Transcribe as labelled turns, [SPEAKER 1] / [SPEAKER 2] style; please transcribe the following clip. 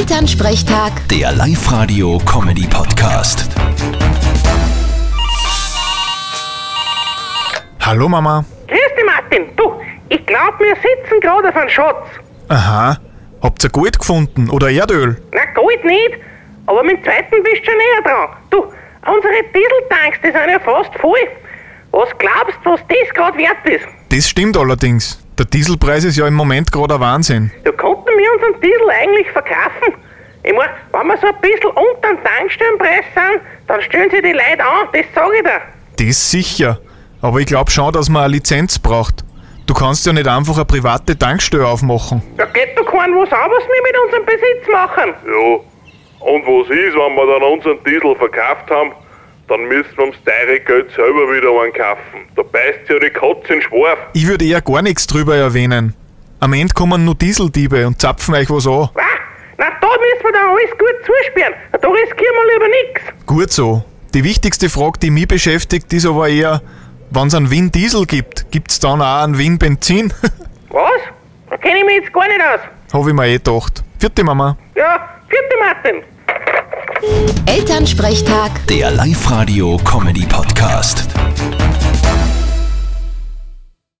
[SPEAKER 1] Elternsprechtag,
[SPEAKER 2] Der Live-Radio-Comedy-Podcast.
[SPEAKER 3] Hallo Mama.
[SPEAKER 4] Grüß dich, Martin. Du, ich glaub, wir sitzen gerade auf einem Schatz.
[SPEAKER 3] Aha. Habt ihr Gold gefunden oder Erdöl?
[SPEAKER 4] Na, Gold nicht, aber mit dem zweiten bist du schon näher dran. Du, unsere Dieseltanks, die sind ja fast voll. Was glaubst du, was das gerade wert ist?
[SPEAKER 3] Das stimmt allerdings. Der Dieselpreis ist ja im Moment gerade ein Wahnsinn.
[SPEAKER 4] Da konnten wir unseren Diesel eigentlich verkaufen. Ich mein, wenn wir so ein bisschen unter dem Tankstellenpreis sind, dann stellen sie die Leute an, das sage ich dir.
[SPEAKER 3] Das sicher. Aber ich glaube schon, dass man eine Lizenz braucht. Du kannst ja nicht einfach eine private Tankstelle aufmachen.
[SPEAKER 4] Da geht doch keinem was an, was wir mit unserem Besitz machen.
[SPEAKER 5] Ja. Und was ist, wenn wir dann unseren Diesel verkauft haben, dann müssen wir ums teure Geld selber wieder einen kaufen. Da beißt ja die Katze in Schwarf.
[SPEAKER 3] Ich würde eher gar nichts drüber erwähnen. Am Ende kommen nur Dieseldiebe und zapfen euch was an.
[SPEAKER 4] Ah, na, da müssen wir dann alles gut zusperren. Da riskieren wir lieber nix.
[SPEAKER 3] Gut so. Die wichtigste Frage, die mich beschäftigt, ist aber eher, wenn es einen Wien Diesel gibt, gibt's dann auch einen Wien Benzin?
[SPEAKER 4] Was? Da kenne ich mich jetzt gar nicht aus.
[SPEAKER 3] Habe ich mir eh gedacht. Vierte Mama.
[SPEAKER 4] Ja, vierte Martin.
[SPEAKER 1] Elternsprechtag.
[SPEAKER 2] Der Live-Radio-Comedy-Podcast.